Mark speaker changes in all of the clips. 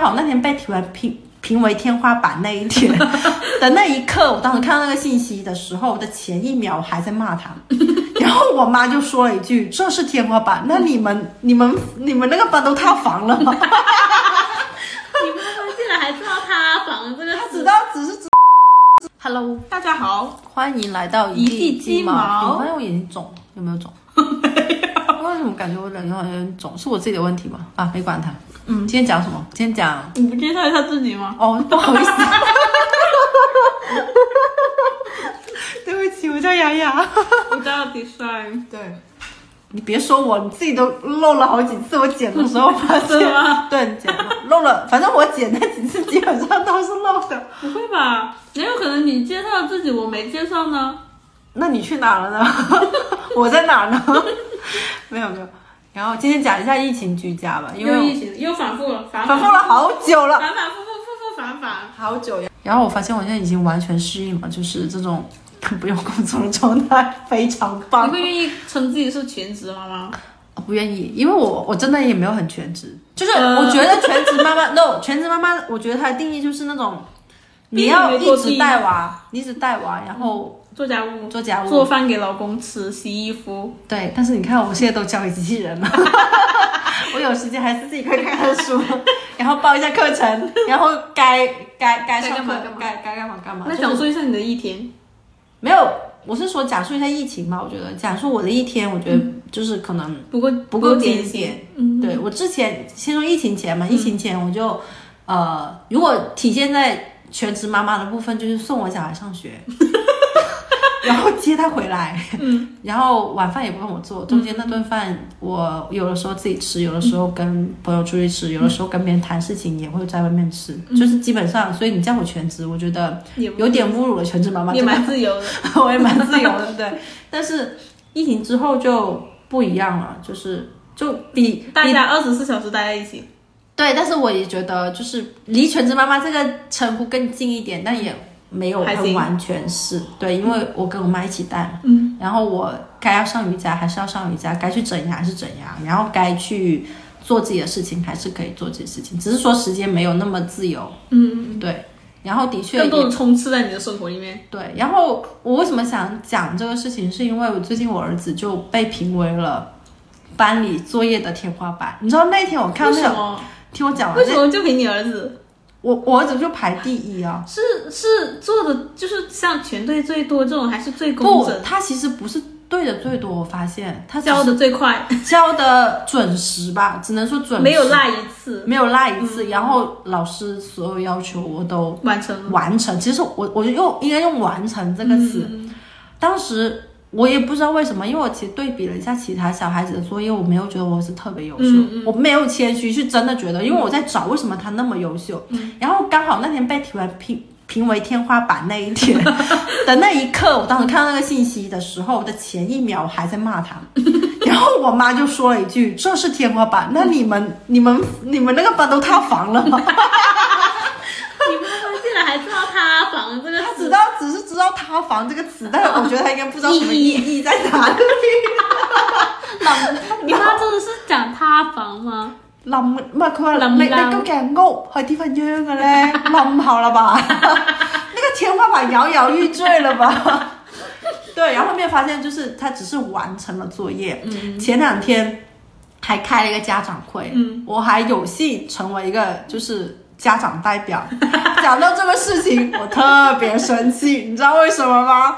Speaker 1: 好那天被评为评评为天花板那一天的那一刻，我当时看到那个信息的时候的前一秒，我还在骂他，然后我妈就说了一句：“这是天花板，那你们、你们、你们那个班都塌房了吗？”
Speaker 2: 你妈妈竟然还知道塌房这个
Speaker 1: 他知
Speaker 2: 词，
Speaker 1: 道只是知 Hello，
Speaker 3: 大家好，
Speaker 1: 欢迎来到
Speaker 3: 一地鸡毛
Speaker 1: 你发现我眼睛肿有没有肿？为什么感觉我眼睛好像有点肿？是我自己的问题吗？啊，没管它。嗯，今天讲什么？今天讲
Speaker 3: 你不介绍一下自己吗？
Speaker 1: 哦，不好意 思，对不起，我叫雅雅。
Speaker 3: 我叫 design，
Speaker 1: 对，你别说我，你自己都漏了好几次。我剪的时候发
Speaker 3: 真的
Speaker 1: 现，
Speaker 3: 吗
Speaker 1: 对，你剪了漏了，反正我剪那几次基本上都是漏的。
Speaker 3: 不会吧？也有可能你介绍了自己，我没介绍呢。
Speaker 1: 那你去哪儿了呢？ 我在哪儿呢？ 没有没有。然后今天讲一下疫情居家吧，因
Speaker 3: 又疫
Speaker 1: 为
Speaker 3: 情，又反复了，反
Speaker 1: 我反复了好久了，
Speaker 3: 反反复复，复复反反。
Speaker 1: 好久。然后我发现我现在已经完全适应了，就是这种 不用工作的状态，非常棒
Speaker 3: 你。会愿意称自己是全职妈妈？
Speaker 1: 我不愿意，因为我我真的也没有很全职，就是
Speaker 3: 嗯
Speaker 1: 我觉得全职妈 妈 no 全职妈妈，我觉得它的定义就是那种你要
Speaker 3: 避免
Speaker 1: 一
Speaker 3: 做第
Speaker 1: 直
Speaker 3: 一
Speaker 1: 带娃，你一直带娃，然后
Speaker 3: 做家务，
Speaker 1: 做家务，
Speaker 3: 做饭给老公吃，洗衣服。
Speaker 1: 对，但是你看，我现在都交给机器人了， 我有时间还是自己看看看书， 然后报一下课程，然后该该该上
Speaker 3: 该干
Speaker 1: 课
Speaker 3: 嘛干嘛
Speaker 1: 该该干嘛干嘛。
Speaker 3: 那
Speaker 1: 就
Speaker 3: 讲
Speaker 1: 是
Speaker 3: 述一下你的一天。
Speaker 1: 没有，我是说讲述一下疫情吧。我觉得讲述我的一天，我觉
Speaker 3: 嗯
Speaker 1: 得就是可能
Speaker 3: 不过
Speaker 1: 不够
Speaker 3: 艰
Speaker 1: 艰
Speaker 3: 险，
Speaker 1: 险。对我之前先说疫情前嘛，疫情前我就、呃，如果体现在全职妈妈的部分，就是送我小孩上学，然后接他回来，嗯，然后晚饭也不用我做，中间那顿饭我有的时候自己吃，有的时候跟朋友出去吃，有的时候跟别人谈事情也会在外面吃，就是基本上，所以你叫我全职，我觉得
Speaker 3: 也
Speaker 1: 有点侮辱了全职嗯妈妈
Speaker 3: 也蛮自由的。
Speaker 1: 我也蛮自由的，对。但是疫情之后就不一样了，就是就比
Speaker 3: 大
Speaker 1: 比
Speaker 3: 家二十四小时待在一起，
Speaker 1: 对，但是我也觉得就是离全职妈妈这个称呼更近一点，但也没有
Speaker 3: 还
Speaker 1: 很
Speaker 3: 行
Speaker 1: 完全是对，因为我跟我妈一起带嘛，
Speaker 3: 嗯，
Speaker 1: 然后我该要上瑜伽还是要上瑜伽，该去整牙还是整牙，然后该去做自己的事情还是可以做自己的事情，只是说时间没有那么自由，
Speaker 3: 嗯，
Speaker 1: 对。然后的确
Speaker 3: 更
Speaker 1: 也
Speaker 3: 多的充斥在你的生活里面。
Speaker 1: 对，然后我为什么想讲这个事情，是因为我最近我儿子就被评为了班里作业的天花板。你知道那天我看
Speaker 3: 为
Speaker 1: 到那
Speaker 3: 什
Speaker 1: 个，
Speaker 3: 么？
Speaker 1: 听我讲完
Speaker 3: 为什
Speaker 1: 这，
Speaker 3: 么就给你儿子？
Speaker 1: 我我儿子就排第一啊。
Speaker 3: 是是做的就是像全队最多这种，还是最工
Speaker 1: 不
Speaker 3: 整，，
Speaker 1: 他其实不是对的最多，我发现他只
Speaker 3: 教
Speaker 1: 是
Speaker 3: 的最快，
Speaker 1: 教的准时吧，只能说准时，
Speaker 3: 没有嗯落一次，
Speaker 1: 没有落一次。然后老师所有要求我都
Speaker 3: 完成了。
Speaker 1: 完成。其实我我就用应该用完成这个词，
Speaker 3: 嗯
Speaker 1: 当时我也不知道为什么，因为我其实对比了一下其他小孩子的作业，我没有觉得我是特别优秀，
Speaker 3: 嗯
Speaker 1: 我没有谦虚，是真的觉得，因为我在找为什么他那么优秀，
Speaker 3: 嗯
Speaker 1: 然后刚好那天被评为评评为天花板那一 天的那一刻，我当时看到那个信息的时候的前一秒，我还在骂他。 然后我妈就说了一句：“这是天花板，那你们、你们、你们那个班都塌房了吗？”
Speaker 3: 你妈妈竟然还知道塌房这个
Speaker 1: 他知
Speaker 3: 词，
Speaker 1: 道，只是知道“塌房”这个词， 但是我觉得他应该不知道什么意义在哪 里。
Speaker 3: 你妈真的是讲塌房吗？
Speaker 1: 淋唔係佢話
Speaker 3: 淋
Speaker 1: 你你
Speaker 3: 冷
Speaker 1: 究竟係屋係點份樣嘅咧？ 淋好了 吧？那個天花板搖搖欲墜了 吧？对，然后后面发现就是他只是完成了作业。嗯、前两天还开了一个家长会，
Speaker 3: 嗯、
Speaker 1: 我还有幸成为一个就是家长代 表。讲到这个事情，我特别生气，你知道为什么吗？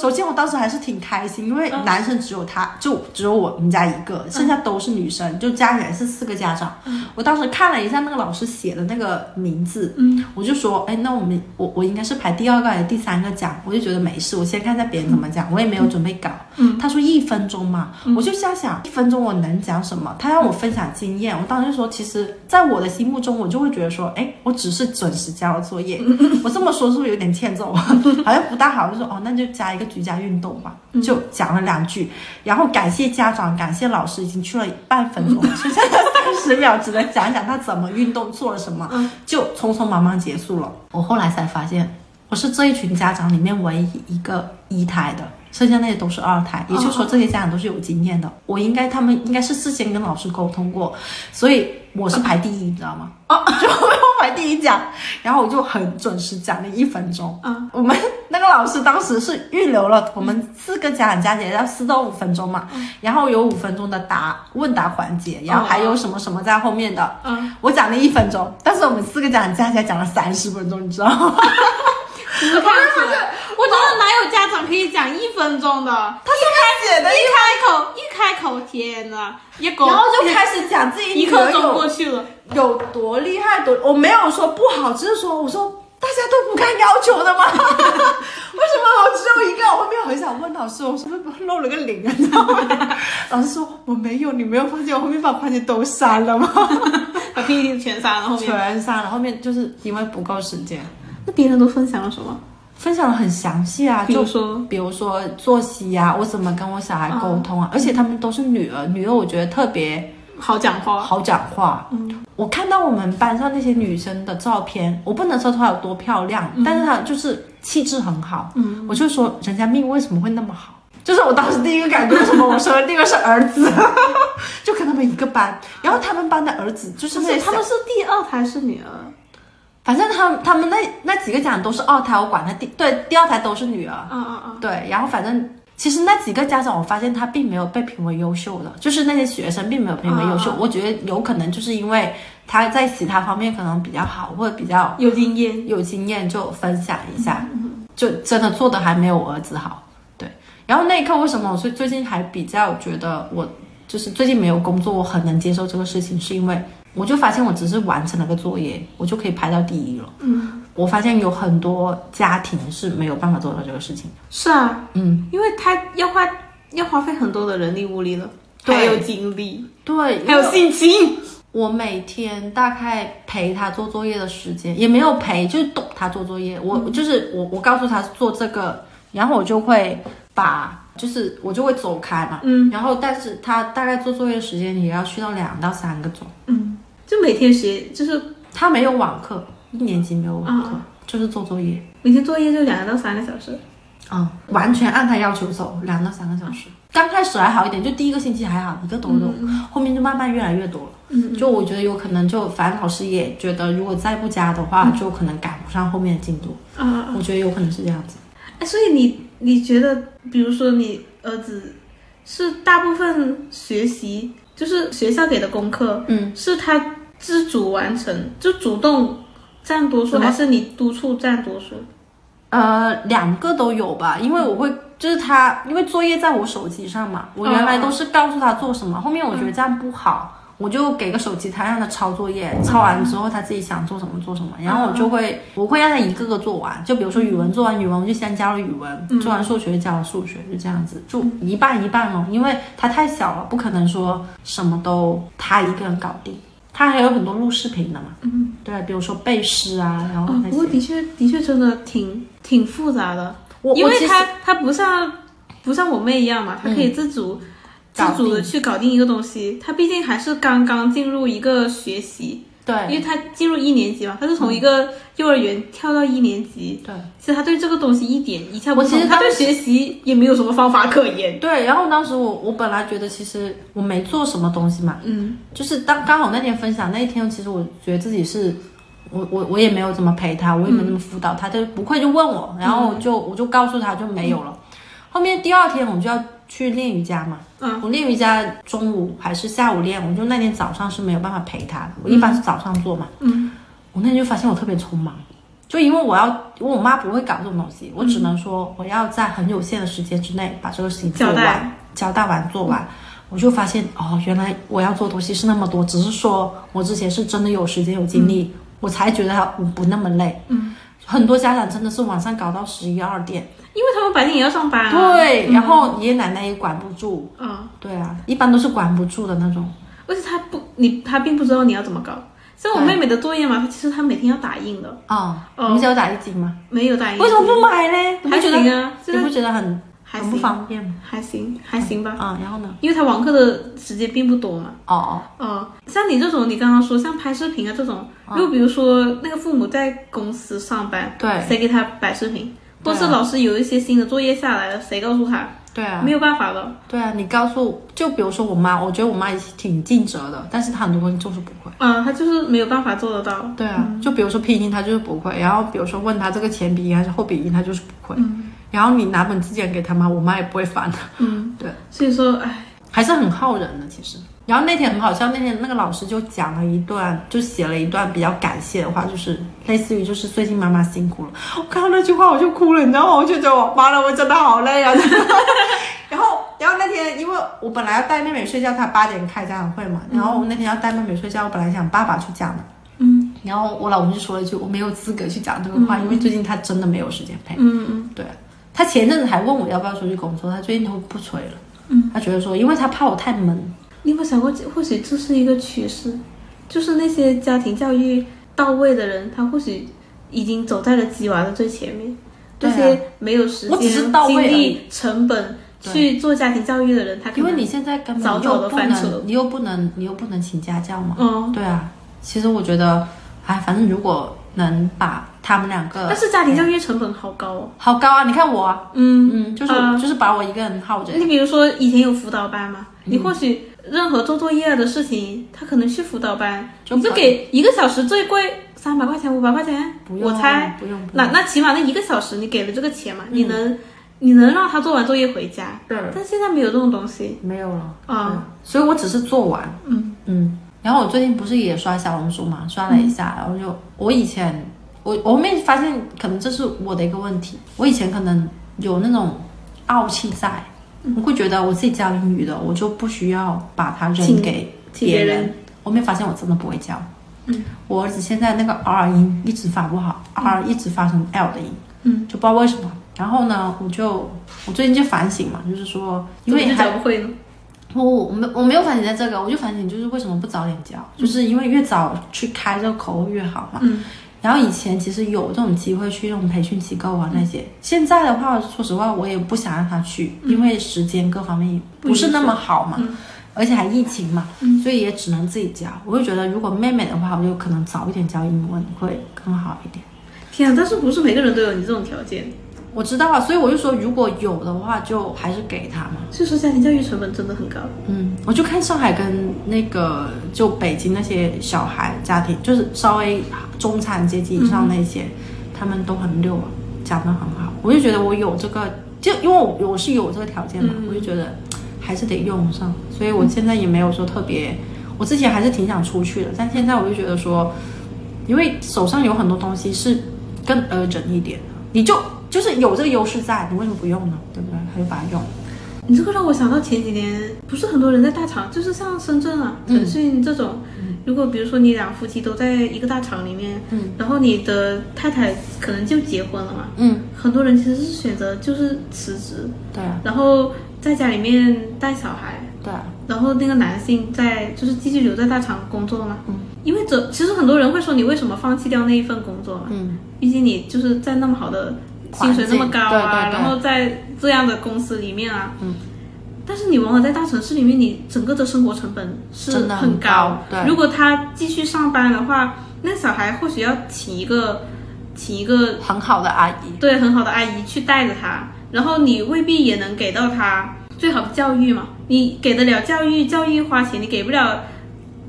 Speaker 1: 首先，我当时还是挺开心，因为男生只有他，就只有我们家一个，剩下都是女生，就加起来是四个家长。我当时看了一下那个老师写的那个名字，
Speaker 3: 嗯，
Speaker 1: 我就说，哎，那我们我我应该是排第二个还是第三个讲？我就觉得没事，我先看一下别人怎么讲，我也没有准备稿。
Speaker 3: 嗯，
Speaker 1: 他说一分钟嘛，我就瞎想一分钟我能讲什么？他让我分享经验，我当时就说，其实在我的心目中，我就会觉得说，哎，我只是准时交了作业。我这么说是不是有点欠揍？好像不大好，就说哦，那就加一个居家运动吧，就讲了两句，然后感谢家长，感谢老师，已经去了半分钟，剩下的三十秒只能讲讲他怎么运动，做了什么，就匆匆忙忙结束了。我后来才发现，我是这一群家长里面唯一一个一胎的。剩下那些都是二胎，也就是说这些家长都是有经验的。我应该他 们应该是事先跟老师沟通过，所以我是排第一，你知道吗？哦，就没有来第一讲，然后我就很准时讲了一分钟。
Speaker 3: 嗯，
Speaker 1: 我们那个老师当时是预留了我们四个家长加起来要四到五分钟嘛，
Speaker 3: 嗯
Speaker 1: 然后有五分钟的答问答环节，然后还有什么什么在后面的。
Speaker 3: 嗯，
Speaker 1: 我讲了一分钟，但是我们四个家长加起来讲了三十分钟，你知道吗？
Speaker 3: 你看出来，
Speaker 2: 我觉得哪有家长可以讲一分钟的？
Speaker 1: 他是他写的，
Speaker 2: 一开口，一开口，天哪，一狗
Speaker 1: 然后就开始讲自己
Speaker 2: 一
Speaker 1: 女
Speaker 2: 刻
Speaker 1: 儿
Speaker 2: 钟
Speaker 1: 有
Speaker 2: 过去了。
Speaker 1: 有多厉害，多我没有说不好，只是说我说大家都不看要求的吗？ 为什么我只有一个？我后面很想问老师，我是不是漏了个零啊？你知 道吗？老师说我没有，你没有发现我后面把环节都删了 吗？
Speaker 2: 把 PPT 全删了，后面
Speaker 1: 全删了，后面就是因为不够时间。
Speaker 2: 那别人都分享了什么？
Speaker 1: 分享的很详细啊，
Speaker 2: 比
Speaker 1: 就
Speaker 2: 如说
Speaker 1: 比如说作息啊，我怎么跟我小孩沟通啊，而且他们都是女儿，女儿我觉得特别
Speaker 2: 好讲话，
Speaker 1: 好讲话。嗯，我看到我们班上那些女生的照片，我不能说她有多漂亮，但是她就是气质很好。嗯，我就说人家命为什么会那么好？就是我当时第一个感觉，为什么我生的第一个是儿 子，就跟他们一个班，然后他们班的儿子就是那些
Speaker 2: 他们是第二胎是女儿，
Speaker 1: 反正他们他们那那几个家长都是二胎，我管他第对第二胎都是女儿，
Speaker 2: 啊啊啊！
Speaker 1: 对，然后反正其实那几个家长，我发现他并没有被评为优秀的，就是那些学生并没有评为优秀。
Speaker 2: 啊
Speaker 1: 我觉得有可能就是因为他在其他方面可能比较好，或者比较
Speaker 2: 啊有经验，
Speaker 1: 有经验，就分享一下，就真的做的还没有我儿子好。对，然后那一刻为什么我最最近还比较觉得我就是最近没有工作，我很能接受这个事情，是因为我就发现我只是完成了个作业，我就可以排到第一了。嗯，我发现有很多家庭是没有办法做到这个事情的。
Speaker 2: 是啊，
Speaker 1: 嗯。
Speaker 2: 因为他要花要花费很多的人力物力了，
Speaker 1: 对
Speaker 2: 还有精力，
Speaker 1: 对，
Speaker 2: 还有性情，
Speaker 1: 我每天大概陪他做作业的时间也没有陪，就是懂他做作业。我就是我，我告诉他做这个，然后我就会把，就是我就会走开嘛。嗯，然后但是他大概做作业的时间也要去到两到三个钟。
Speaker 2: 就每天学，就是
Speaker 1: 他没有网课，一年级没有网课，就是做作业。
Speaker 2: 每天作业就两个到三个小时，
Speaker 1: 嗯，完全按他要求走，两到三个小时。嗯刚开始还好一点，就第一个星期还好，一个多钟，后面就慢慢越来越多了。嗯，就我觉得有可能就，反正老师也觉得，如果再不加的话，就可能赶不上后面的进度。
Speaker 2: 啊，
Speaker 1: 我觉得有可能是这样子。
Speaker 2: 哎，所以你你觉得，比如说你儿子是大部分学习就是学校给的功课，
Speaker 1: 嗯，
Speaker 2: 是他自主完成，就主动占多数，
Speaker 1: 什么
Speaker 2: 还是你督促占多数？
Speaker 1: 呃，两个都有吧，因为我会就是他，因为作业在我手机上嘛，
Speaker 2: 嗯
Speaker 1: 我原来都是告诉他做什么，后面我觉得这样不好，我就给个手机他让他抄作业，抄完之后他自己想做什么做什么，然
Speaker 2: 嗯
Speaker 1: 后我就会我会让他一个个做完，就比如说语文做完语文我就先教了语文，
Speaker 2: 嗯
Speaker 1: 做完数学教了数学，就这样子，就一半一半咯，因为他太小了，不可能说什么都他一个人搞定。他还有很多录视频的嘛，嗯，对，比如说背诗啊，然后
Speaker 2: 啊，
Speaker 1: 那
Speaker 2: 不过
Speaker 1: 些，
Speaker 2: 的确的确真的挺挺复杂的，
Speaker 1: 我
Speaker 2: 嗯因
Speaker 1: 我
Speaker 2: 为
Speaker 1: 其实嗯
Speaker 2: 他他不像不像我妹一样嘛，他可以自主、自
Speaker 1: 搞定
Speaker 2: 主的去搞定一个东西，他毕竟还是刚刚进入一个学习，
Speaker 1: 对，嗯
Speaker 2: 因为他进入一年级嘛，他是从一个幼儿园跳到一年级，
Speaker 1: 对
Speaker 2: 其实他对这个东西一点一窍不
Speaker 1: 我其
Speaker 2: 通，
Speaker 1: 实
Speaker 2: 他对
Speaker 1: 当时
Speaker 2: 学习也没有什么方法可言。
Speaker 1: 对，然后当时我我本来觉得其实我没做什么东西嘛，
Speaker 2: 嗯，
Speaker 1: 就是当刚好那天分享那一天，其实我觉得自己是，我我我也没有怎么陪他，我也没怎么辅导他，他就不会就问我，然后就、我就告诉他就没有了。后面第二天我就要去练瑜伽嘛，
Speaker 2: 嗯，
Speaker 1: 我练瑜伽中午还是下午练，我就那天早上是没有办法陪他的，我一般是早上做嘛，
Speaker 2: 嗯，
Speaker 1: 我那天就发现我特别匆忙。就因为我要，因为我妈不会搞这种东西，我
Speaker 2: 嗯
Speaker 1: 只能说我要在很有限的时间之内把这个事情做
Speaker 2: 交代嗯
Speaker 1: 完，交代完做完，我就发现哦，原来我要做的东西是那么多，只是说我之前是真的有时间有精力，
Speaker 2: 嗯
Speaker 1: 我才觉得我不那么累。嗯，很多家长真的是晚上搞到十一二点，
Speaker 2: 因为他们白天也要上班、啊，
Speaker 1: 对，然后爷爷奶奶也管不住，
Speaker 2: 嗯，
Speaker 1: 对啊，一般都是管不住的那种。
Speaker 2: 而且他不，你他并不知道你要怎么搞。像我妹妹的作业嘛，她其实她每天要打印的，
Speaker 1: 啊、
Speaker 2: 哦
Speaker 1: 你们家有打印机吗？
Speaker 2: 没有打印。
Speaker 1: 为什么不买嘞？你
Speaker 2: 还
Speaker 1: 不觉
Speaker 2: 行
Speaker 1: 得、
Speaker 2: 啊，就
Speaker 1: 你
Speaker 2: 是
Speaker 1: 不觉得很
Speaker 2: 还
Speaker 1: 很不
Speaker 2: 行，
Speaker 1: 方便吗？
Speaker 2: 还行，还行吧。
Speaker 1: 啊、然后呢？
Speaker 2: 因为他网课的时间并不多嘛。
Speaker 1: 哦哦。
Speaker 2: 哦，像你这种，你刚刚说像拍视频啊这种，
Speaker 1: 哦
Speaker 2: 就比如说那个父母在公司上班，
Speaker 1: 对
Speaker 2: 谁给他摆视频？或
Speaker 1: 对啊
Speaker 2: 是老师有一些新的作业下来了，谁告诉他？
Speaker 1: 对啊，
Speaker 2: 没有办法的。
Speaker 1: 对啊，你告诉，就比如说我妈，我觉得我妈也挺尽责的，但是她很多东西就是不会。
Speaker 2: 嗯，他就是没有办法做得到。
Speaker 1: 对啊，就比如说拼音她就是不会，然后比如说问她这个前鼻音还是后鼻音，她就是不会。然后你拿本字典给她妈，我妈也不会翻的，
Speaker 2: 嗯，
Speaker 1: 对。
Speaker 2: 所以说，哎，
Speaker 1: 还是很耗人的其实。然后那天很好笑，那天那个老师就讲了一段，就写了一段比较感谢的话，就是类似于就是最近妈妈辛苦了。我看到那句话我就哭了，你知道吗？我就觉得我妈了，我真的好累 啊。然后，然后那天因为我本来要带妹妹睡觉，她八点开家长会嘛，然后我那天要带妹妹睡觉，我本来想爸爸去讲的，嗯，然后我老公就说了一句我没有资格去讲这个话，因为最近他真的没有时间陪。
Speaker 2: 嗯嗯
Speaker 1: 对，他前阵子还问我要不要出去工作，他最近都不催了。嗯，他觉得说，因为他怕我太闷。
Speaker 2: 你有没有想过，或许这是一个趋势，就是那些家庭教育到位的人，他或许已经走在了鸡娃的最前面。
Speaker 1: 对
Speaker 2: 这
Speaker 1: 啊
Speaker 2: 些没有时
Speaker 1: 我只是
Speaker 2: 间、
Speaker 1: 到位
Speaker 2: 精
Speaker 1: 而
Speaker 2: 力、成本去做家庭教育的人，他可
Speaker 1: 因
Speaker 2: 能
Speaker 1: 为你现在根
Speaker 2: 早
Speaker 1: 本
Speaker 2: 早
Speaker 1: 又
Speaker 2: 地
Speaker 1: 不
Speaker 2: 翻车
Speaker 1: 能，你又不能，你又不能请家教嘛。
Speaker 2: 嗯，
Speaker 1: 对啊，其实我觉得，哎，反正如果能把他们两
Speaker 2: 但
Speaker 1: 个，
Speaker 2: 是家庭教育成本好高哦。
Speaker 1: 好高啊！你看我啊，
Speaker 2: 嗯，
Speaker 1: 嗯，就是我、就是把我一嗯个人耗着。
Speaker 2: 你比如说以前有辅导班嘛，你或许任何做作业的事情，他可能去辅导班，
Speaker 1: 就
Speaker 2: 你就
Speaker 1: 可
Speaker 2: 给一个小时最贵三百块钱、五百块钱，
Speaker 1: 不用，啊
Speaker 2: 我猜。
Speaker 1: 不用，不嗯
Speaker 2: 那那起码那一个小时你给了这个钱嘛，你能你能让他做完作业回家，
Speaker 1: 对，
Speaker 2: 但现在没有这种东西。
Speaker 1: 没有了
Speaker 2: 啊、
Speaker 1: 嗯所以我只是做完，嗯嗯。然后我最近不是也刷小红书嘛，刷了一下，然后就我以前我我后面发现，可能这是我的一个问题，我以前可能有那种傲气在，我会觉得我自己教英语的，我就不需要把它扔
Speaker 2: 请
Speaker 1: 给
Speaker 2: 请
Speaker 1: 别
Speaker 2: 别人
Speaker 1: 人。我没发现我真的不会教，嗯，我儿子现在那个 R 音一直发不好、r 一直发成 L 的音，嗯，就不知道为什么。然后呢，我就我最近就反省嘛，就是说，因为
Speaker 2: 怎么
Speaker 1: 还。
Speaker 2: 就教不会呢？
Speaker 1: 我我没我没有反省在这个，我就反省就是为什么不早点教，就是因为越早去开这个口味越好嘛。
Speaker 2: 嗯。
Speaker 1: 然后以前其实有这种机会去这种培训机构啊那些，现在的话，说实话我也不想让他去，因为时间各方面也不是那么好嘛，而且还疫情嘛，所以也只能自己教。我就觉得如果妹妹的话，我就可能早一点教英文会更好一点。
Speaker 2: 天啊！但是不是每个人都有你这种条件？
Speaker 1: 我知道啊，所以我就说如果有的话，就还是给他嘛。
Speaker 2: 所以说家庭教育成本真的很高。
Speaker 1: 嗯，我就看上海跟那个就北京那些小孩家庭，就是稍微中产阶级以上那些，他们都很溜啊，讲得很好。我就觉得我有这个，就因为我我是有这个条件嘛，我就觉得还是得用上，所以我现在也没有说特别。我之前还是挺想出去的，但现在我就觉得说，因为手上有很多东西是更 urgent 一点的，你就就是有这个优势在，你为什么不用呢？对不对？他就把它用了。
Speaker 2: 你这个让我想到前几年，不是很多人在大厂，就是像深圳啊、
Speaker 1: 嗯
Speaker 2: 腾讯这种，如果比如说你俩夫妻都在一个大厂里面，
Speaker 1: 嗯
Speaker 2: 然后你的太太可能就结婚了嘛，
Speaker 1: 嗯，
Speaker 2: 很多人其实是选择就是辞职，
Speaker 1: 对啊，
Speaker 2: 然后在家里面带小孩，
Speaker 1: 对啊，
Speaker 2: 然后那个男性在就是继续留在大厂工作嘛，
Speaker 1: 嗯，
Speaker 2: 因为这其实很多人会说你为什么放弃掉那一份工作嘛，
Speaker 1: 嗯。
Speaker 2: 毕竟你就是在那么好的薪水那么高
Speaker 1: 环境
Speaker 2: 啊，
Speaker 1: 对对对
Speaker 2: 然后在这样的公司里面啊，嗯，但是你往往在大城市里面，你整个的生活成本是
Speaker 1: 真的很
Speaker 2: 很
Speaker 1: 高对
Speaker 2: 如果他继续上班的话，那小孩或许要请一个请一个
Speaker 1: 很好的阿姨。
Speaker 2: 对很好的阿姨去带着他，然后你未必也能给到他最好的教育嘛。你给得了教育，教育花钱，你给不了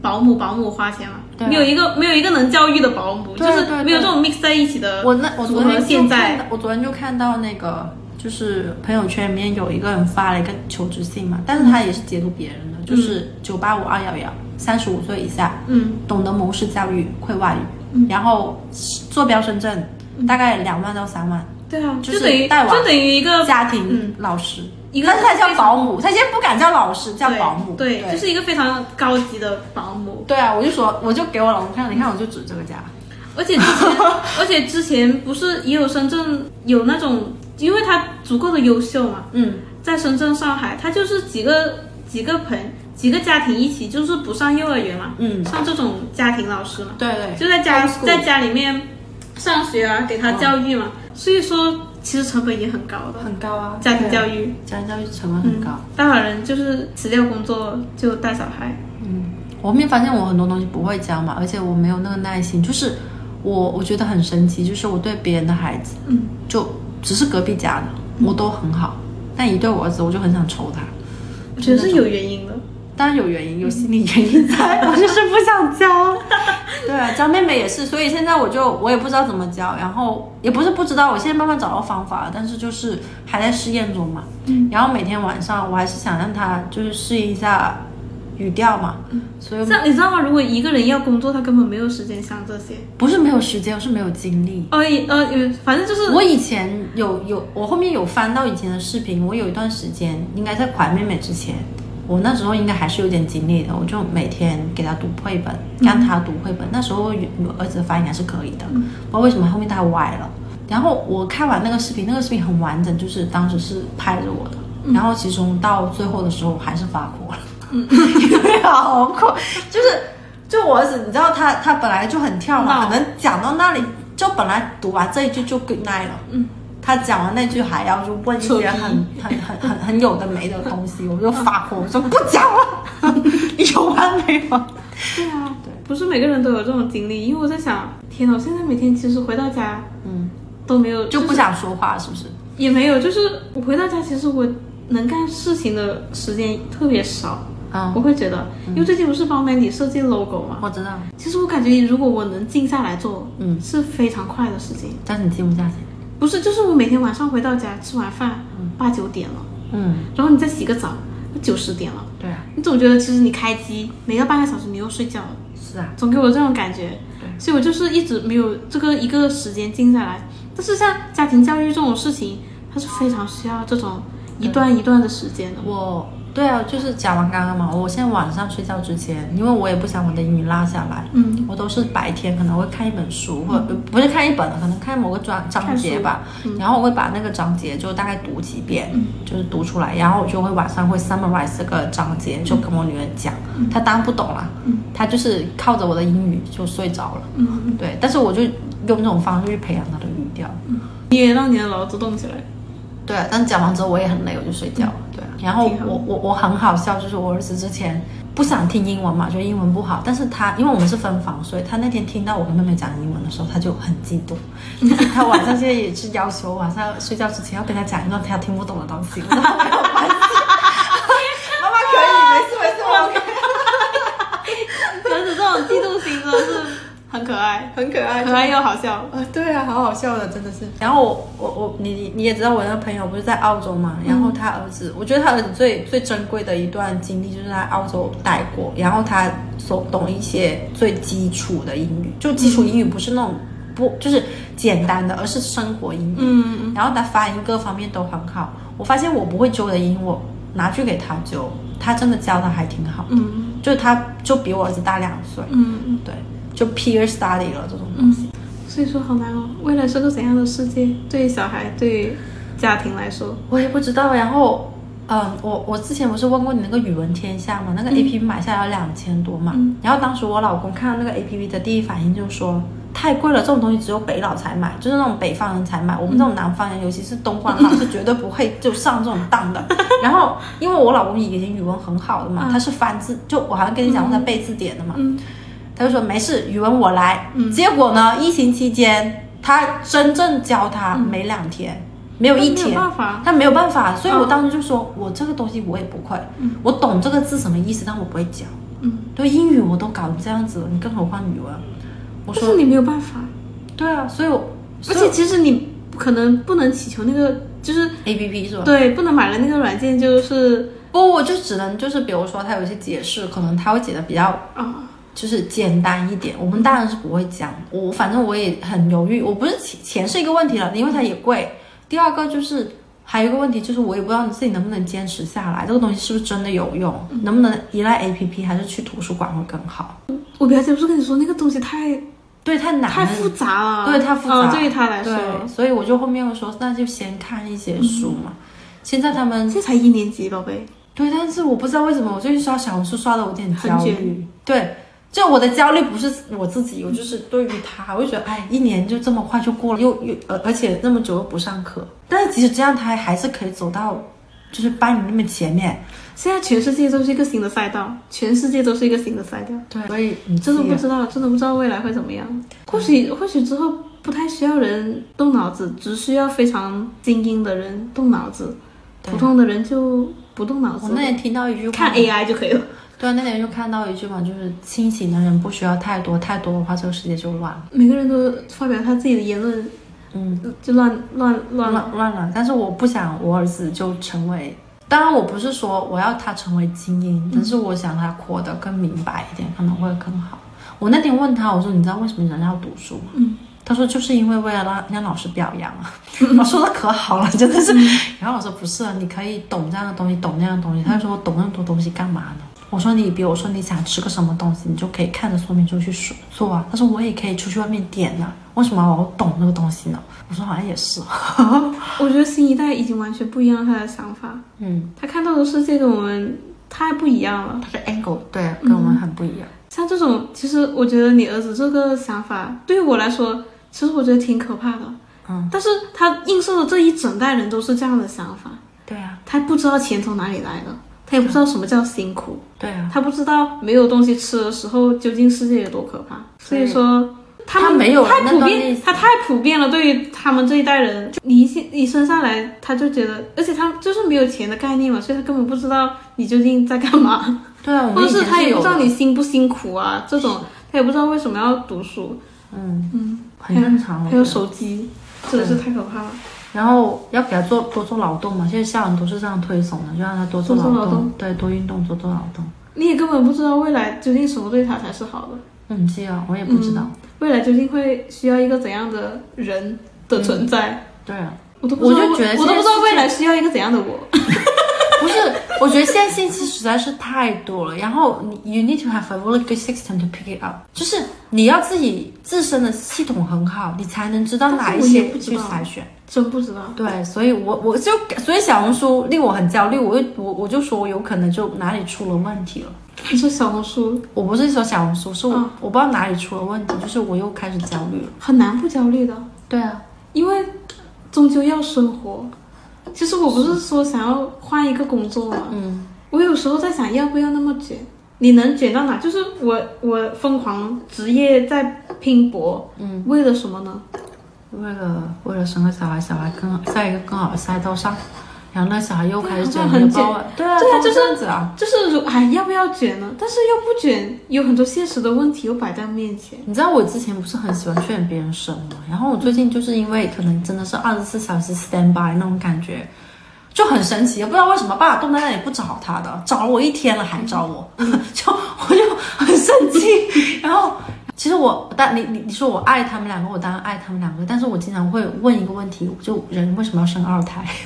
Speaker 2: 保姆，保姆花钱嘛。
Speaker 1: 对啊
Speaker 2: 没有一个没有一个能教育的保姆，
Speaker 1: 对啊对
Speaker 2: 就
Speaker 1: 啊
Speaker 2: 是没有
Speaker 1: 对
Speaker 2: 这
Speaker 1: 啊
Speaker 2: 种 mix 在一起的。
Speaker 1: 我那我
Speaker 2: 组
Speaker 1: 昨
Speaker 2: 合
Speaker 1: 天就看
Speaker 2: 现在
Speaker 1: 到，我昨天就看到那个就是朋友圈里面有一个人发了一个求职信嘛，但是他也是截图别人的，就是九八五二幺幺，三十五岁以下，
Speaker 2: 嗯，
Speaker 1: 懂得谋式教育，会外语，然后坐标深圳，
Speaker 2: 嗯
Speaker 1: 大概两万到三万，
Speaker 2: 对啊，
Speaker 1: 就
Speaker 2: 就是等于
Speaker 1: 带娃
Speaker 2: 就等于一个
Speaker 1: 家
Speaker 2: 嗯
Speaker 1: 庭老师，
Speaker 2: 一个
Speaker 1: 但是他叫保姆，他现在不敢叫老师，叫保姆，
Speaker 2: 对，
Speaker 1: 对
Speaker 2: 对就是一个非常高级的保姆。
Speaker 1: 对啊，我就说，我就给我老公看，你看我就指这个家，
Speaker 2: 而且之 前，而且之前不是也有深圳有那种，因为他足够的优秀嘛，
Speaker 1: 嗯，
Speaker 2: 在深圳、上海，他就是几个几个朋几个家庭一起，就是不上幼儿园嘛，
Speaker 1: 嗯
Speaker 2: 上这种家庭老师嘛，
Speaker 1: 对对，
Speaker 2: 就在家
Speaker 1: Homeschool
Speaker 2: 在家里面上学啊，给他教育
Speaker 1: 哦
Speaker 2: 嘛，所以说其实成本也很高的，
Speaker 1: 很高啊，
Speaker 2: 家庭
Speaker 1: 对啊
Speaker 2: 教育。嗯
Speaker 1: 家庭教育成本很高。
Speaker 2: 大把人就是辞掉工作就带小孩，
Speaker 1: 嗯我后面发现我很多东西不会教嘛，而且我没有那个耐心，就是我我觉得很神奇，就是我对别人的孩子，
Speaker 2: 嗯，
Speaker 1: 就只是隔壁家的，我都很好，但一对我儿子，我就很想抽他。
Speaker 2: 我觉得是有原因的。
Speaker 1: 当然有原因，有心理原因在，我就是不想教。对啊，教妹妹也是，所以现在我就我也不知道怎么教，然后也不是不知道，我现在慢慢找到方法了，但是就是还在试验中嘛。嗯。然后每天晚上我还是想让她就是试一下语调嘛，所以我
Speaker 2: 这样你知道吗？如果一个人要工作，他根本没有时间想这些。
Speaker 1: 不是没有时间，我是没有精力。
Speaker 2: 哦，也呃，也反正就是
Speaker 1: 我以前有有，我后面有翻到以前的视频，我有一段时间应该在怀妹妹之前，我那时候应该还是有点精力的，我就每天给她读绘本，让她读绘本。那时候我儿子的发音还是可以的，不知道为什么后面他歪了。然后我看完那个视频，那个视频很完整，就是当时是拍着我的。然后其中到最后的时候，我还是发火了，因为嗯啊 好苦，就是就我儿子，你知道他他本来就很跳嘛，
Speaker 2: 闹
Speaker 1: 可能讲到那里就本来读完这一句就 good night 了，嗯，他讲完那句还要就问一
Speaker 2: 扯皮
Speaker 1: 些很很很很很有的没的东西，我就发火，我说不讲 了，你有完没完？
Speaker 2: 对啊，不是每个人都有这种经历。因为我在想，天呐，我现在每天其实回到家
Speaker 1: 嗯，
Speaker 2: 都没有，
Speaker 1: 就不
Speaker 2: 是
Speaker 1: 想说话是不是？
Speaker 2: 也没有，就是我回到家，其实我能干事情的时间特别少。
Speaker 1: 嗯
Speaker 2: 我，会觉得，因为最近不是帮 Mandy 设计 logo 嘛，
Speaker 1: 我知道，
Speaker 2: 其实我感觉如果我能静下来做，
Speaker 1: 嗯，
Speaker 2: 是非常快的事情。
Speaker 1: 但是你静不下去，
Speaker 2: 不是，就是我每天晚上回到家吃完饭，八九点了，
Speaker 1: 嗯，
Speaker 2: 然后你再洗个澡，九十点了。
Speaker 1: 对啊，
Speaker 2: 你总觉得其实你开机没到半个小时，你又睡觉了，
Speaker 1: 是啊，
Speaker 2: 总给我这种感觉。所以我就是一直没有这个一个时间静下来。但是像家庭教育这种事情，它是非常需要这种一段一段的时间的。
Speaker 1: 我对啊，就是讲完刚刚嘛，我现在晚上睡觉之前，因为我也不想我的英语落下来，
Speaker 2: 嗯，
Speaker 1: 我都是白天可能会看一本书，或者呃不是看一本，可能看某个章章节吧，然后我会把那个章节就大概读几遍，就是读出来，然后我就会晚上会 summarize 这个章节，就跟我女儿讲，她当然不懂啦，她就是靠着我的英语就睡着了，
Speaker 2: 嗯，
Speaker 1: 对，但是我就用这种方式去培养她的语调，
Speaker 2: 你也让你的脑子动起来。
Speaker 1: 对，啊但讲完之后我也很累，我就睡觉了。对，啊然后
Speaker 2: 挺好
Speaker 1: 我我我很嗯好笑，就是我儿子之前不想听英文嘛，觉得英文不好，但是他因为我们是分房睡，他那天听到我跟妹妹讲英文的时候，他就很激 动。他晚上现在也是要求我晚上睡觉之前要跟他讲一段他听不懂的东西。我说 哎没有关系，妈妈可以，没事没事，我可以
Speaker 2: 儿子这种嫉妒心真的是很可爱，
Speaker 1: 很可爱，
Speaker 2: 可爱又好笑。
Speaker 1: 啊，对啊，好好笑的，真的是。然后我我我你你也知道我那个朋友不是在澳洲嘛，然后他儿子，我觉得他儿子最最珍贵的一段经历就是在澳洲待过，然后他所懂一些最基础的英语，就基础英语不是那种不就是简单的，而是生活英语。
Speaker 2: 嗯，
Speaker 1: 然后他发音各方面都很好，我发现我不会纠的音，我拿去给他纠，他真的教的还挺好。
Speaker 2: 嗯，
Speaker 1: 就他就比我儿子大两岁，
Speaker 2: 嗯，
Speaker 1: 对，就 peer study 了这种东西。
Speaker 2: 所以说好难哦。未来是个怎样的世界？对于小孩，对于家庭来说，
Speaker 1: 我也不知道。然后，嗯，我我之前不是问过你那个语文天下嘛，那个 A P P 买下来两千多嘛。
Speaker 2: 嗯
Speaker 1: 然后当时我老公看到那个 A P P 的第一反应就说。太贵了，这种东西只有北佬才买，就是那种北方人才买。我们这种南方人，尤其是东方 佬，是绝对不会就上这种当的。然后，因为我老公以前语文很好的嘛，他是翻字，就我好像跟你讲过他背字典的嘛，
Speaker 2: 嗯
Speaker 1: 他就说没事，语文我来。结果呢，疫情期间他真正教他没两天，没有一
Speaker 2: 嗯没有
Speaker 1: 天，
Speaker 2: 办法。
Speaker 1: 他没有办法，所以
Speaker 2: 嗯
Speaker 1: 我当时就说，我这个东西我也不会，我懂这个字什么意思，但我不会讲。
Speaker 2: 嗯，
Speaker 1: 对英语我都搞成这样子了，你更何况语文？我
Speaker 2: 但
Speaker 1: 说
Speaker 2: 是你没有办法，
Speaker 1: 对啊，所以我
Speaker 2: 而且其实你可能不能祈求那个，就是。
Speaker 1: A P P 是吧？
Speaker 2: 对，不能买了那个软件就是
Speaker 1: 不，我就只能就是比如说他有一些解释，可能他会解的比较
Speaker 2: 啊，
Speaker 1: 就是简单一点，我们当然是不会讲。我反正我也很犹豫，我不是钱钱是一个问题了，因为它也贵。第二个就是还有一个问题就是我也不知道你自己能不能坚持下来，这个东西是不是真的有用，能不能依赖 APP 还是去图书馆会更好？
Speaker 2: 我表姐不是跟你说那个东西太
Speaker 1: 对，太难了，
Speaker 2: 太复杂了，
Speaker 1: 对太复杂
Speaker 2: 嗯对于她来
Speaker 1: 对，
Speaker 2: 说，
Speaker 1: 所以我就后面又说，那就先看一些书嘛。现在他们
Speaker 2: 现在才一年级，宝贝，
Speaker 1: 对，但是我不知道为什么我最近刷小红书刷的有点
Speaker 2: 很
Speaker 1: 焦
Speaker 2: 卷
Speaker 1: 虑。对，就我的焦虑不是我自己，我就是对于他，我就觉得哎，一年就这么快就过了，又又而而且那么久又不上课，但是即使这样，他还是可以走到就是班里那么前面。
Speaker 2: 现在全世界都是一个新的赛道，全世界都是一个新的赛道，
Speaker 1: 对，所以你
Speaker 2: 真的不
Speaker 1: 自己
Speaker 2: 知道，真的不知道未来会怎么样。或许或许之后不太需要人动脑子，只需要非常精英的人动脑子，普通的人就不动脑
Speaker 1: 我
Speaker 2: 子，
Speaker 1: 那天听到一句话，
Speaker 2: 看 AI 就可以了。
Speaker 1: 对，那天就看到一句嘛，就是清醒的人不需要太多，太多的话这个世界就乱了，
Speaker 2: 每个人都发表他自己的言论，
Speaker 1: 嗯，
Speaker 2: 就乱乱乱了。
Speaker 1: 乱乱了。但是我不想我儿子就成为，当然我不是说我要他成为精英，但是我想他活得更明白一点，可能会更好。我那天问他，我说你知道为什么人要读书吗？嗯。他说就是因为为了让让老师表扬啊， 我说的可好了，真的是。然后我说不是啊，你可以懂这样的东西，懂那样的东西。他就说我懂那么多东西干嘛呢？我说你比如说你想吃个什么东西，你就可以看着说明书去说做啊。他说我也可以出去外面点啊，为什么我要懂这个东西呢？我说好像也是。
Speaker 2: 我觉得新一代已经完全不一样他的想法，
Speaker 1: 嗯，
Speaker 2: 他看到的世界跟我们太不一样了。
Speaker 1: 他的 angle 对
Speaker 2: 嗯
Speaker 1: 跟我们很不一样。
Speaker 2: 像这种，其实我觉得你儿子这个想法对于我来说，其实我觉得挺可怕的。嗯，但是他映射的这一整代人都是这样的想法，
Speaker 1: 对啊，
Speaker 2: 他不知道钱从哪里来的，他也不知道什么叫辛苦，
Speaker 1: 对啊，
Speaker 2: 他不知道没有东西吃的时候究竟世界有多可怕。所以说，他们
Speaker 1: 他没有
Speaker 2: 太
Speaker 1: 那
Speaker 2: 普
Speaker 1: 段历
Speaker 2: 遍
Speaker 1: 史，
Speaker 2: 他太普遍了。对于他们这一代人，就你一信一生下来，他就觉得，而且他就是没有钱的概念嘛，所以他根本不知道你究竟在干嘛。
Speaker 1: 对啊，我
Speaker 2: 或
Speaker 1: 们
Speaker 2: 者
Speaker 1: 以前
Speaker 2: 是他也
Speaker 1: 有
Speaker 2: 不知道你辛不辛苦啊，这种他也不知道为什么要读书，
Speaker 1: 嗯
Speaker 2: 嗯
Speaker 1: 很正常。我
Speaker 2: 还
Speaker 1: 觉
Speaker 2: 有
Speaker 1: 得
Speaker 2: 手机，真的是太可怕了。
Speaker 1: 然后要给他做多做劳动嘛，现在校园都是这样推崇的，就让他多做
Speaker 2: 多做劳
Speaker 1: 动，对，多运动，多做劳动。
Speaker 2: 你也根本不知道未来究竟什么对他才是好的，
Speaker 1: 嗯，这样我也不知道。
Speaker 2: 未来究竟会需要一个怎样的人的存在，
Speaker 1: 对啊，
Speaker 2: 我都不知道
Speaker 1: 我就觉得
Speaker 2: 我都不
Speaker 1: 这件
Speaker 2: 知道
Speaker 1: 事情
Speaker 2: 未来需要一个怎样的我。
Speaker 1: 不是，我觉得现在信息实在是太多了，然后你 you need to have a really good system to pick it up，就是你要自己自身的系统很好，你才能知道哪
Speaker 2: 但
Speaker 1: 一
Speaker 2: 是我也
Speaker 1: 些
Speaker 2: 不知
Speaker 1: 去
Speaker 2: 道
Speaker 1: 筛选。
Speaker 2: 真不知道，
Speaker 1: 对，所以我我就所以小红书令我很焦虑，我就我我就说我有可能就哪里出了问题了。
Speaker 2: 你说小红书
Speaker 1: 我不是说小红书，是我、
Speaker 2: 嗯
Speaker 1: 我不知道哪里出了问题，就是我又开始焦虑了。
Speaker 2: 很难不焦虑的，
Speaker 1: 对啊，
Speaker 2: 因为终究要生活。其实我不是说想要换一个工作嘛，
Speaker 1: 嗯，
Speaker 2: 我有时候在想，要不要那么卷？你能卷到哪？就是我，我疯狂职业在拼搏，嗯，为了什么呢？
Speaker 1: 为了为了生个小孩，小孩更在一个更好的赛道上，然后那小孩又开始
Speaker 2: 对
Speaker 1: 卷
Speaker 2: 啊
Speaker 1: 你
Speaker 2: 很
Speaker 1: 的
Speaker 2: 卷
Speaker 1: 包啊，对啊，
Speaker 2: 对啊
Speaker 1: 都
Speaker 2: 就是
Speaker 1: 这样子啊。
Speaker 2: 就是如哎，要不要卷呢？但是又不卷，有很多现实的问题又摆在面前。
Speaker 1: 你知道我之前不是很喜欢劝别人生吗？然后我最近就是因为可能真的是二十四小时 stand by 那种感觉，就很神奇，也不知道为什么爸爸冻在那里不找他的，找了我一天了还找我， 就我就很生气。然后其实我，但你你你说我爱他们两个，我当然爱他们两个，但是我经常会问一个问题，就人为什么要生二胎？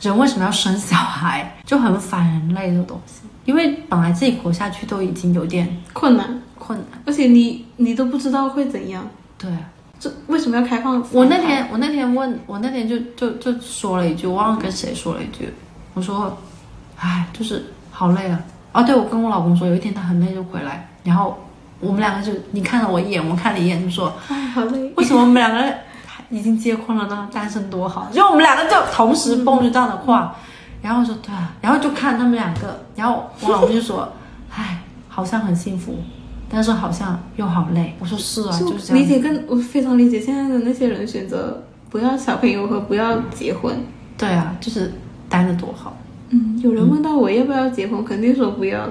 Speaker 1: 人为什么要生小孩？就很反人类的东西，因为本来自己活下去都已经有点
Speaker 2: 困难，
Speaker 1: 困难，
Speaker 2: 而且你你都不知道会怎样，
Speaker 1: 对。
Speaker 2: 这为什么要开放？
Speaker 1: 我那天我那天问我那天就就就说了一句，我忘了跟谁说了一句，我说，哎，就是好累啊。哦，对，我跟我老公说，有一天他很累就回来，然后我们两个就你看了我一眼，我看了一眼，就说
Speaker 2: 哎，好累，
Speaker 1: 为什么我们两个已经结婚了呢？单身多好，就我们两个就同时蹦出这样的话，然后我说对啊，然后就看他们两个，然后我老公就说， 哎，好像很幸福，但是好像又好累。我说是啊，就是这样
Speaker 2: 理解跟我非常理解现在的那些人选择不要小朋友和不要结婚。
Speaker 1: 对啊，就是待着多好。
Speaker 2: 嗯，有人问到我要不要结婚，肯定说不要，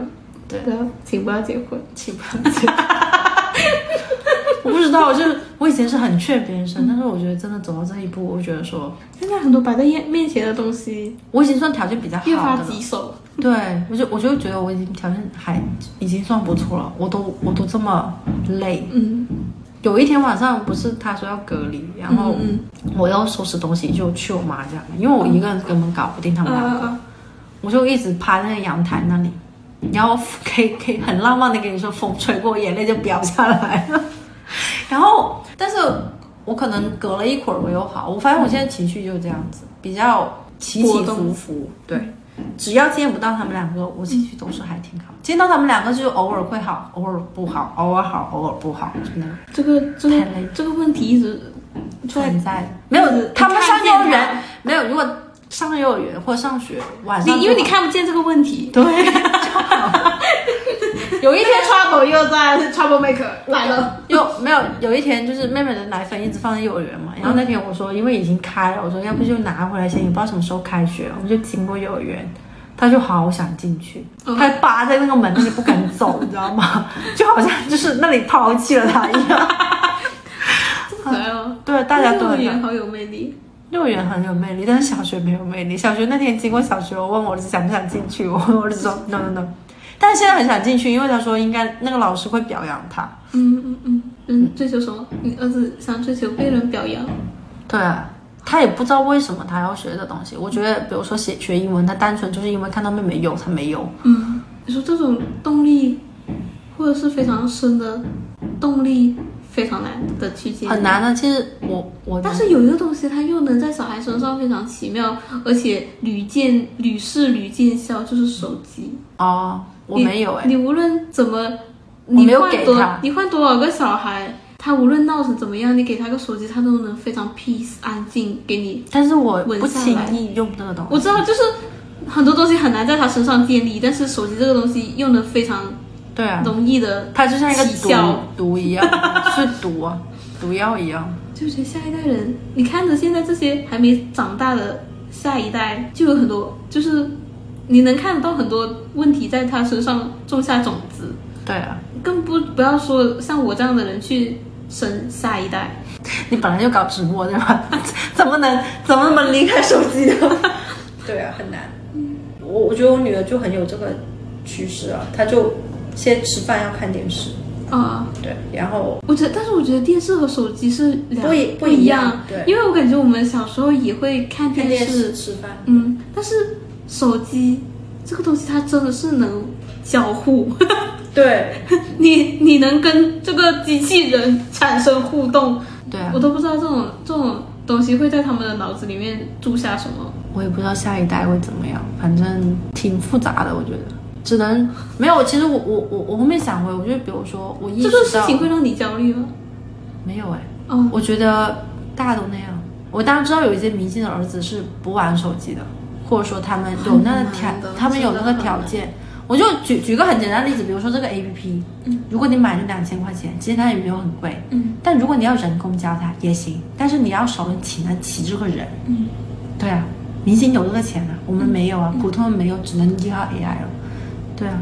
Speaker 1: 对
Speaker 2: 不要，请不要结婚。
Speaker 1: 请不要结婚。 我不知道，就是我以前是很劝别人
Speaker 2: 嗯
Speaker 1: 生，但是我觉得真的走到这一步，我觉得说
Speaker 2: 现在很多摆在面面前的东西
Speaker 1: 我已经算条件比较
Speaker 2: 越发
Speaker 1: 好的了。
Speaker 2: 棘手，
Speaker 1: 对，我就我就觉得我已经条件还已经算不错了，我都我都这么累。
Speaker 2: 嗯，
Speaker 1: 有一天晚上不是他说要隔离，然后
Speaker 2: 嗯
Speaker 1: 我要收拾东西就去我妈家，因为我一个人根本搞不定他
Speaker 2: 嗯
Speaker 1: 们俩。
Speaker 2: 啊，
Speaker 1: 我就一直趴在那个阳台那里，然后可以可以很浪漫的跟你说，风吹过，眼泪就飙下来了。 然后，但是我可能隔了一会儿我又好，我发现我现在情绪就是这样子，比较起起伏伏。对，只要见不到他们两个，我情绪都是还挺好。见到他们两个就偶尔会好，偶尔不好，偶尔好，偶尔不好，就那种
Speaker 2: 这个这
Speaker 1: 太
Speaker 2: 个
Speaker 1: 累
Speaker 2: 这个问题一直在
Speaker 1: 存在。没有
Speaker 2: 一直，
Speaker 1: 他们上幼儿
Speaker 2: 看见
Speaker 1: 园没有，如果上幼儿园或上学晚上就好，
Speaker 2: 你因为你看不见这个问题，
Speaker 1: 对。
Speaker 3: 有一天 trouble 又在 trouble maker 来了，
Speaker 1: 有没有有一天就是妹妹的奶粉一直放在幼儿园嘛，
Speaker 2: 嗯
Speaker 1: 然后那天我说因为已经开了，我说要不就拿回来先，也不知道什么时候开学，我们就经过幼儿园。她就好想进去，
Speaker 2: 嗯
Speaker 1: 她还扒在那个门那里不敢走，你知道吗？ 就好像就是那里抛弃了她 一样。
Speaker 2: 这么可爱哦。
Speaker 1: 对，大家都
Speaker 2: 幼儿
Speaker 1: 很
Speaker 2: 园好有魅力，
Speaker 1: 幼儿园很有魅力，但是小学没有魅力。小学那天经过小学，我问我儿子想不想进去，我问我儿子说 no no no，但是现在很想进去，因为他说应该那个老师会表扬他。
Speaker 2: 嗯嗯嗯嗯，追求什么？你儿子想追求被人表扬，
Speaker 1: 对啊，他也不知道为什么他要学这东西。我觉得，比如说写学英文，他单纯就是因为看到妹妹有，他没有。
Speaker 2: 嗯，你说这种动力，或者是非常深的动力，非常难的去接，
Speaker 1: 很。难的。其实我啊我
Speaker 2: 但是有一个东西，它又能在小孩身上非常奇妙，而且屡见屡试屡见效，就是手机。
Speaker 1: 哦，我没有哎、
Speaker 2: 你无论怎么，
Speaker 1: 我
Speaker 2: 你
Speaker 1: 没有
Speaker 2: 换
Speaker 1: 给
Speaker 2: 多
Speaker 1: 他，
Speaker 2: 你换多少个小孩，他无论闹成怎么样，你给他个手机，他都能非常 peace 安静给你。
Speaker 1: 但是我
Speaker 2: 稳
Speaker 1: 不
Speaker 2: 下
Speaker 1: 轻
Speaker 2: 来
Speaker 1: 易用这个东西。
Speaker 2: 我知道，就是很多东西很难在他身上建立，但是手机这个东西又能非常
Speaker 1: 对啊，
Speaker 2: 容易的，
Speaker 1: 它就像一个
Speaker 2: 起
Speaker 1: 毒
Speaker 2: 效
Speaker 1: 毒一样， 是毒啊，毒药一样。
Speaker 2: 就觉得下一代人，你看着现在这些还没长大的下一代，就有很多，就是你能看得到很多问题在他身上种下种子。
Speaker 1: 对啊，
Speaker 2: 更不不要说像我这样的人去生下一代，
Speaker 1: 你本来就搞直播对吧？ 怎么能怎么能离开手机呢？ 对啊，很难。我我觉得我女儿就很有这个趋势啊，她就先吃饭要看电视，
Speaker 2: 啊、
Speaker 1: 对，然后
Speaker 2: 我觉得，但是我觉得电视和手机是两
Speaker 1: 不一
Speaker 2: 不
Speaker 1: 不一
Speaker 2: 样
Speaker 1: 样，对
Speaker 2: 因为我感觉我们小时候也会看
Speaker 1: 看
Speaker 2: 电
Speaker 1: 电视吃饭。
Speaker 2: 嗯，但是手机这个东西它真的是能交互，
Speaker 1: 对
Speaker 2: 你你能跟这个机器人产生互动，
Speaker 1: 对啊
Speaker 2: 我，都不知道这种这种东西会在他们的脑子里面注下什么。
Speaker 1: 我也不知道下一代会怎么样，反正挺复杂的，我觉得。只能没有，其实我我我我后面想回，我就比如说我意识
Speaker 2: 这
Speaker 1: 到
Speaker 2: 个事情会让你焦虑吗？
Speaker 1: 没有哎、
Speaker 2: 哦，
Speaker 1: 我觉得大家都那样。我当然知道有一些明星的儿子是不玩手机的，或者说他们有那个条
Speaker 2: 很难嗯的，
Speaker 1: 他们有那个
Speaker 2: 真的很难
Speaker 1: 条件。我就举举个很简单的例子，比如说这个 A P P，、如果你买就两千块钱，其实它也没有很贵，
Speaker 2: 嗯，
Speaker 1: 但如果你要人工教它也行，但是你要熟人请得起这个人，
Speaker 2: 嗯，
Speaker 1: 对啊，明星有这个钱啊，我们没有啊，普通人没有，只能依靠 AI 了，对啊。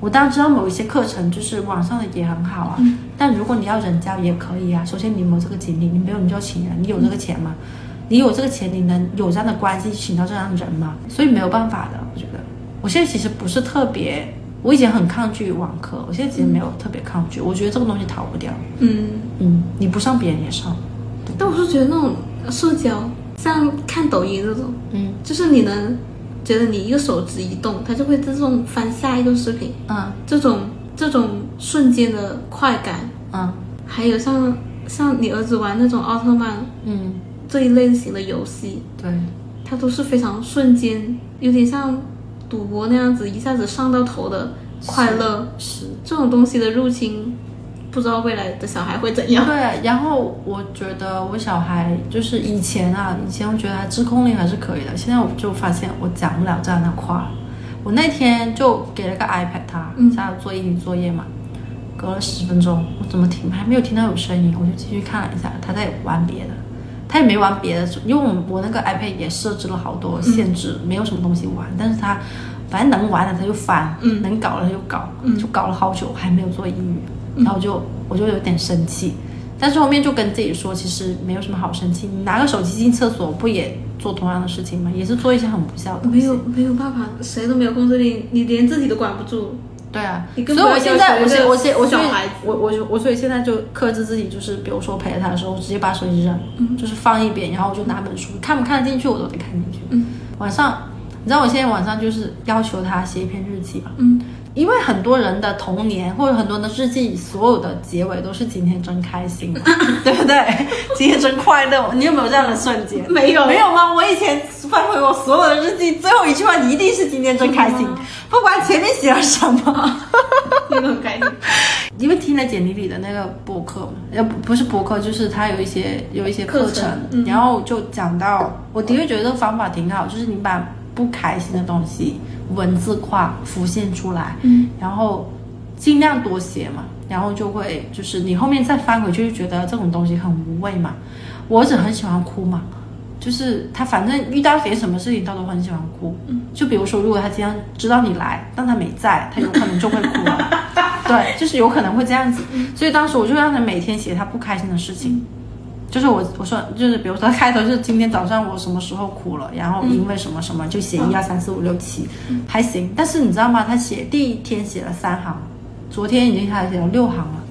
Speaker 1: 我当然知道某一些课程就是网上的也很好啊，但如果你要人教也可以啊。首先你有没有这个精力，你没有你就请人，你有这个钱吗？你有这个钱，你能有这样的关系请到这样的人吗？所以没有办法的，我觉得。我现在其实不是特别，我以前很抗拒网课，我现在其实没有特别抗拒，我觉得这个东西逃不掉。
Speaker 2: 嗯。
Speaker 1: 嗯，你不上别人也上。
Speaker 2: 但我是觉得那种社交，像看抖音这种，
Speaker 1: 嗯
Speaker 2: 就是你能觉得你一个手指一动，它就会自动翻下一个视频，
Speaker 1: 嗯
Speaker 2: 这种这种瞬间的快感，
Speaker 1: 嗯
Speaker 2: 还有像像你儿子玩那种奥特曼
Speaker 1: 嗯，
Speaker 2: 这一类型的游戏，
Speaker 1: 对
Speaker 2: 它都是非常瞬间，有点像赌博那样子，一下子上到头的快乐。
Speaker 1: 是。
Speaker 2: 这种东西的入侵，不知道未来的小孩会怎样。
Speaker 1: 对，然后我觉得我小孩就是以前啊，以前我觉得他自控力还是可以的，现在我就发现我讲不了这样的话。我那天就给了个 iPad 他，
Speaker 2: 嗯
Speaker 1: 叫他做英语作业嘛，隔了十分钟，我怎么听还没有听到有声音，我就继续看了一下，他在玩别的，他也没玩别的，因为我们我那个 iPad 也设置了好多限制，没有什么东西玩，但是他反正能玩的他就翻，
Speaker 2: 嗯
Speaker 1: 能搞的他就搞，
Speaker 2: 嗯
Speaker 1: 就搞了好久还没有做英语，然后我就我就有点生气，但是后面就跟自己说，其实没有什么好生气，你拿个手机进厕所不也做同样的事情吗？也是做一些很不孝的东西。
Speaker 2: 没有没有办法，谁都没有控制力，你连自己都管不住。
Speaker 1: 对啊，
Speaker 2: 你
Speaker 1: 所以
Speaker 2: 更不要
Speaker 1: 我现在我
Speaker 2: 要求一
Speaker 1: 现
Speaker 2: 个
Speaker 1: 我现我所以
Speaker 2: 小孩子
Speaker 1: 我我我所以现在就克制自己，就是比如说陪他的时候，我直接把手机扔，
Speaker 2: 嗯
Speaker 1: 就是放一边，然后我就拿本书，看不看得进去我都得看进去。
Speaker 2: 嗯，
Speaker 1: 晚上你知道我现在晚上就是要求他写一篇日记吧，
Speaker 2: 嗯，
Speaker 1: 因为很多人的童年或者很多人的日记，所有的结尾都是今天真开心 嘛，对不对？今天真快乐，你有没有这样的瞬间？
Speaker 2: 没有
Speaker 1: 没有吗？我以前翻回我所有的日记，最后一句话一定是今天真开心，不管前面写了什 么。
Speaker 2: 那种感觉。
Speaker 1: 因为听了简历里的那个播客嘛，呃，不不是播客，就是他有一些有一些课
Speaker 2: 课
Speaker 1: 程，
Speaker 2: 程嗯
Speaker 1: 然后就讲到，我的确觉得这个方法挺好，就是你把不开心的东西文字化浮现出来，
Speaker 2: 嗯，
Speaker 1: 然后尽量多写嘛，然后就会就是你后面再翻回去就觉得这种东西很无味嘛。我儿子很喜欢哭嘛，就是他反正遇到点什么事情他都很喜欢哭，就比如说如果他今天知道你来，但他没在，他有可能就会哭了。对，就是有可能会这样子，所以当时我就让他每天写他不开心的事情，就是我我说就是比如说开头就是今天早上我什么时候哭了，然后因为什么什么就写一二三四五六七，还行。但是你知道吗？他写第一天写了三行，昨天已经开始写了六行了，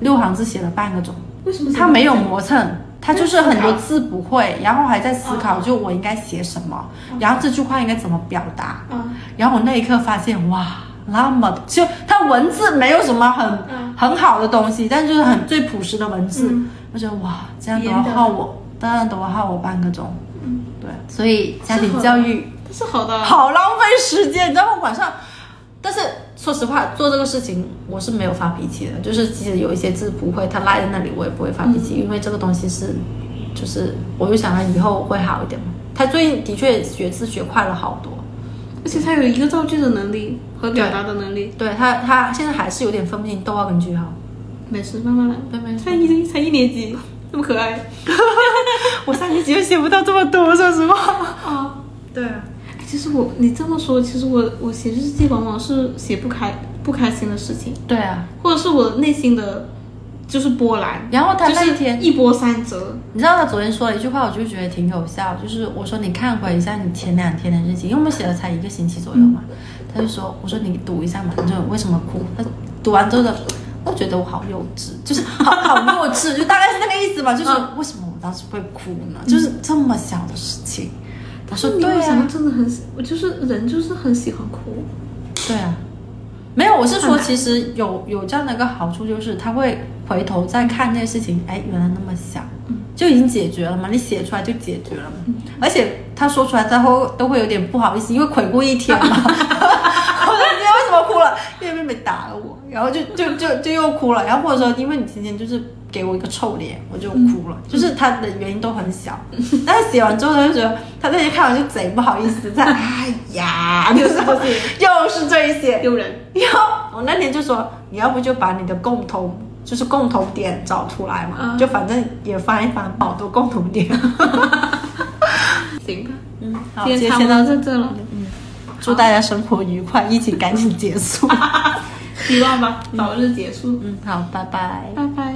Speaker 1: 六行字写了半个钟，
Speaker 2: 为什么
Speaker 1: 他没有磨蹭。他就是很多字不会，然后还在思考，就我应该写什么，然后这句话应该怎么表达。
Speaker 2: 啊？
Speaker 1: 然后我那一刻发现，哇，那么就它文字没有什么很、
Speaker 2: 嗯
Speaker 1: 很好的东西，但就是很最朴实的文字，
Speaker 2: 嗯
Speaker 1: 我觉得哇，这样都要
Speaker 2: 严的
Speaker 1: 耗我，当然都要耗我半个钟。嗯，对，所以家庭教育
Speaker 2: 这是好的，啊
Speaker 1: 好浪费时间，你知道吗？晚上，但是说实话，做这个事情我是没有发脾气的，就是即使有一些字不会，它赖在那里，我也不会发脾气，因为这个东西是，就是我就想着以后会好一点嘛。他最近的确学字学快了好多，
Speaker 2: 而且他有一个造句的能力和表达的能力。
Speaker 1: 对他，他现在还是有点分不清逗号跟句号。
Speaker 2: 没事，慢慢来。
Speaker 1: 对没事
Speaker 2: 才一才一年级，这么可爱。
Speaker 1: 我上一集就写不到这么多，说实话。
Speaker 2: 哦，
Speaker 1: 对啊，
Speaker 2: 哎其实我你这么说，其实我我写日记往往是写不开不开心的事情，
Speaker 1: 对啊。
Speaker 2: 或者是我内心的就是波澜，
Speaker 1: 然后他
Speaker 2: 就
Speaker 1: 那一
Speaker 2: 是
Speaker 1: 天，
Speaker 2: 一波三折。
Speaker 1: 你知道他昨天说了一句话，我就觉得挺有效，就是我说你看回一下你前两天的日记，因为我们写了才一个星期左右嘛。他就说，我说你读一下嘛，你就为什么哭？他读完之后的，我觉得我好幼稚，就是好好幼稚，就大概是那个意思吧，就是为什么我当时会哭呢？就是这么小的事情。我说
Speaker 2: 你
Speaker 1: 对
Speaker 2: 为什
Speaker 1: 啊
Speaker 2: 么，真的很喜，我就是人就是很喜欢哭。
Speaker 1: 对啊，没有，我是说，其实有有这样的一个好处，就是他会回头再看这些事情，哎，原来那么小，就已经解决了嘛，你写出来就解决了嘛。而且他说出来之后都会有点不好意思，因为悔过一天嘛。我说你今天为什么哭了？因为妹妹打了我，然后就就就就又哭了，然后或者说因为你今天就是给我一个臭脸，我就哭了，就是他的原因都很小，但是写完之后他就觉得他那天看完就贼不好意思，在哎呀，就是 又是这一些，
Speaker 2: 丢人，
Speaker 1: 然后我那天就说，你要不就把你的共同就是共同点找出来嘛，
Speaker 2: 嗯
Speaker 1: 就反正也翻一翻好多共同点。
Speaker 2: 行吧，
Speaker 1: 嗯，好，
Speaker 2: 今
Speaker 1: 今天
Speaker 2: 天差不
Speaker 1: 先到
Speaker 2: 多
Speaker 1: 这嗯
Speaker 2: 在，这了，
Speaker 1: 祝大家生活愉快， 疫情赶紧结束。
Speaker 2: 希望吧，早日结束。
Speaker 1: 嗯，好，拜拜。
Speaker 2: 拜拜。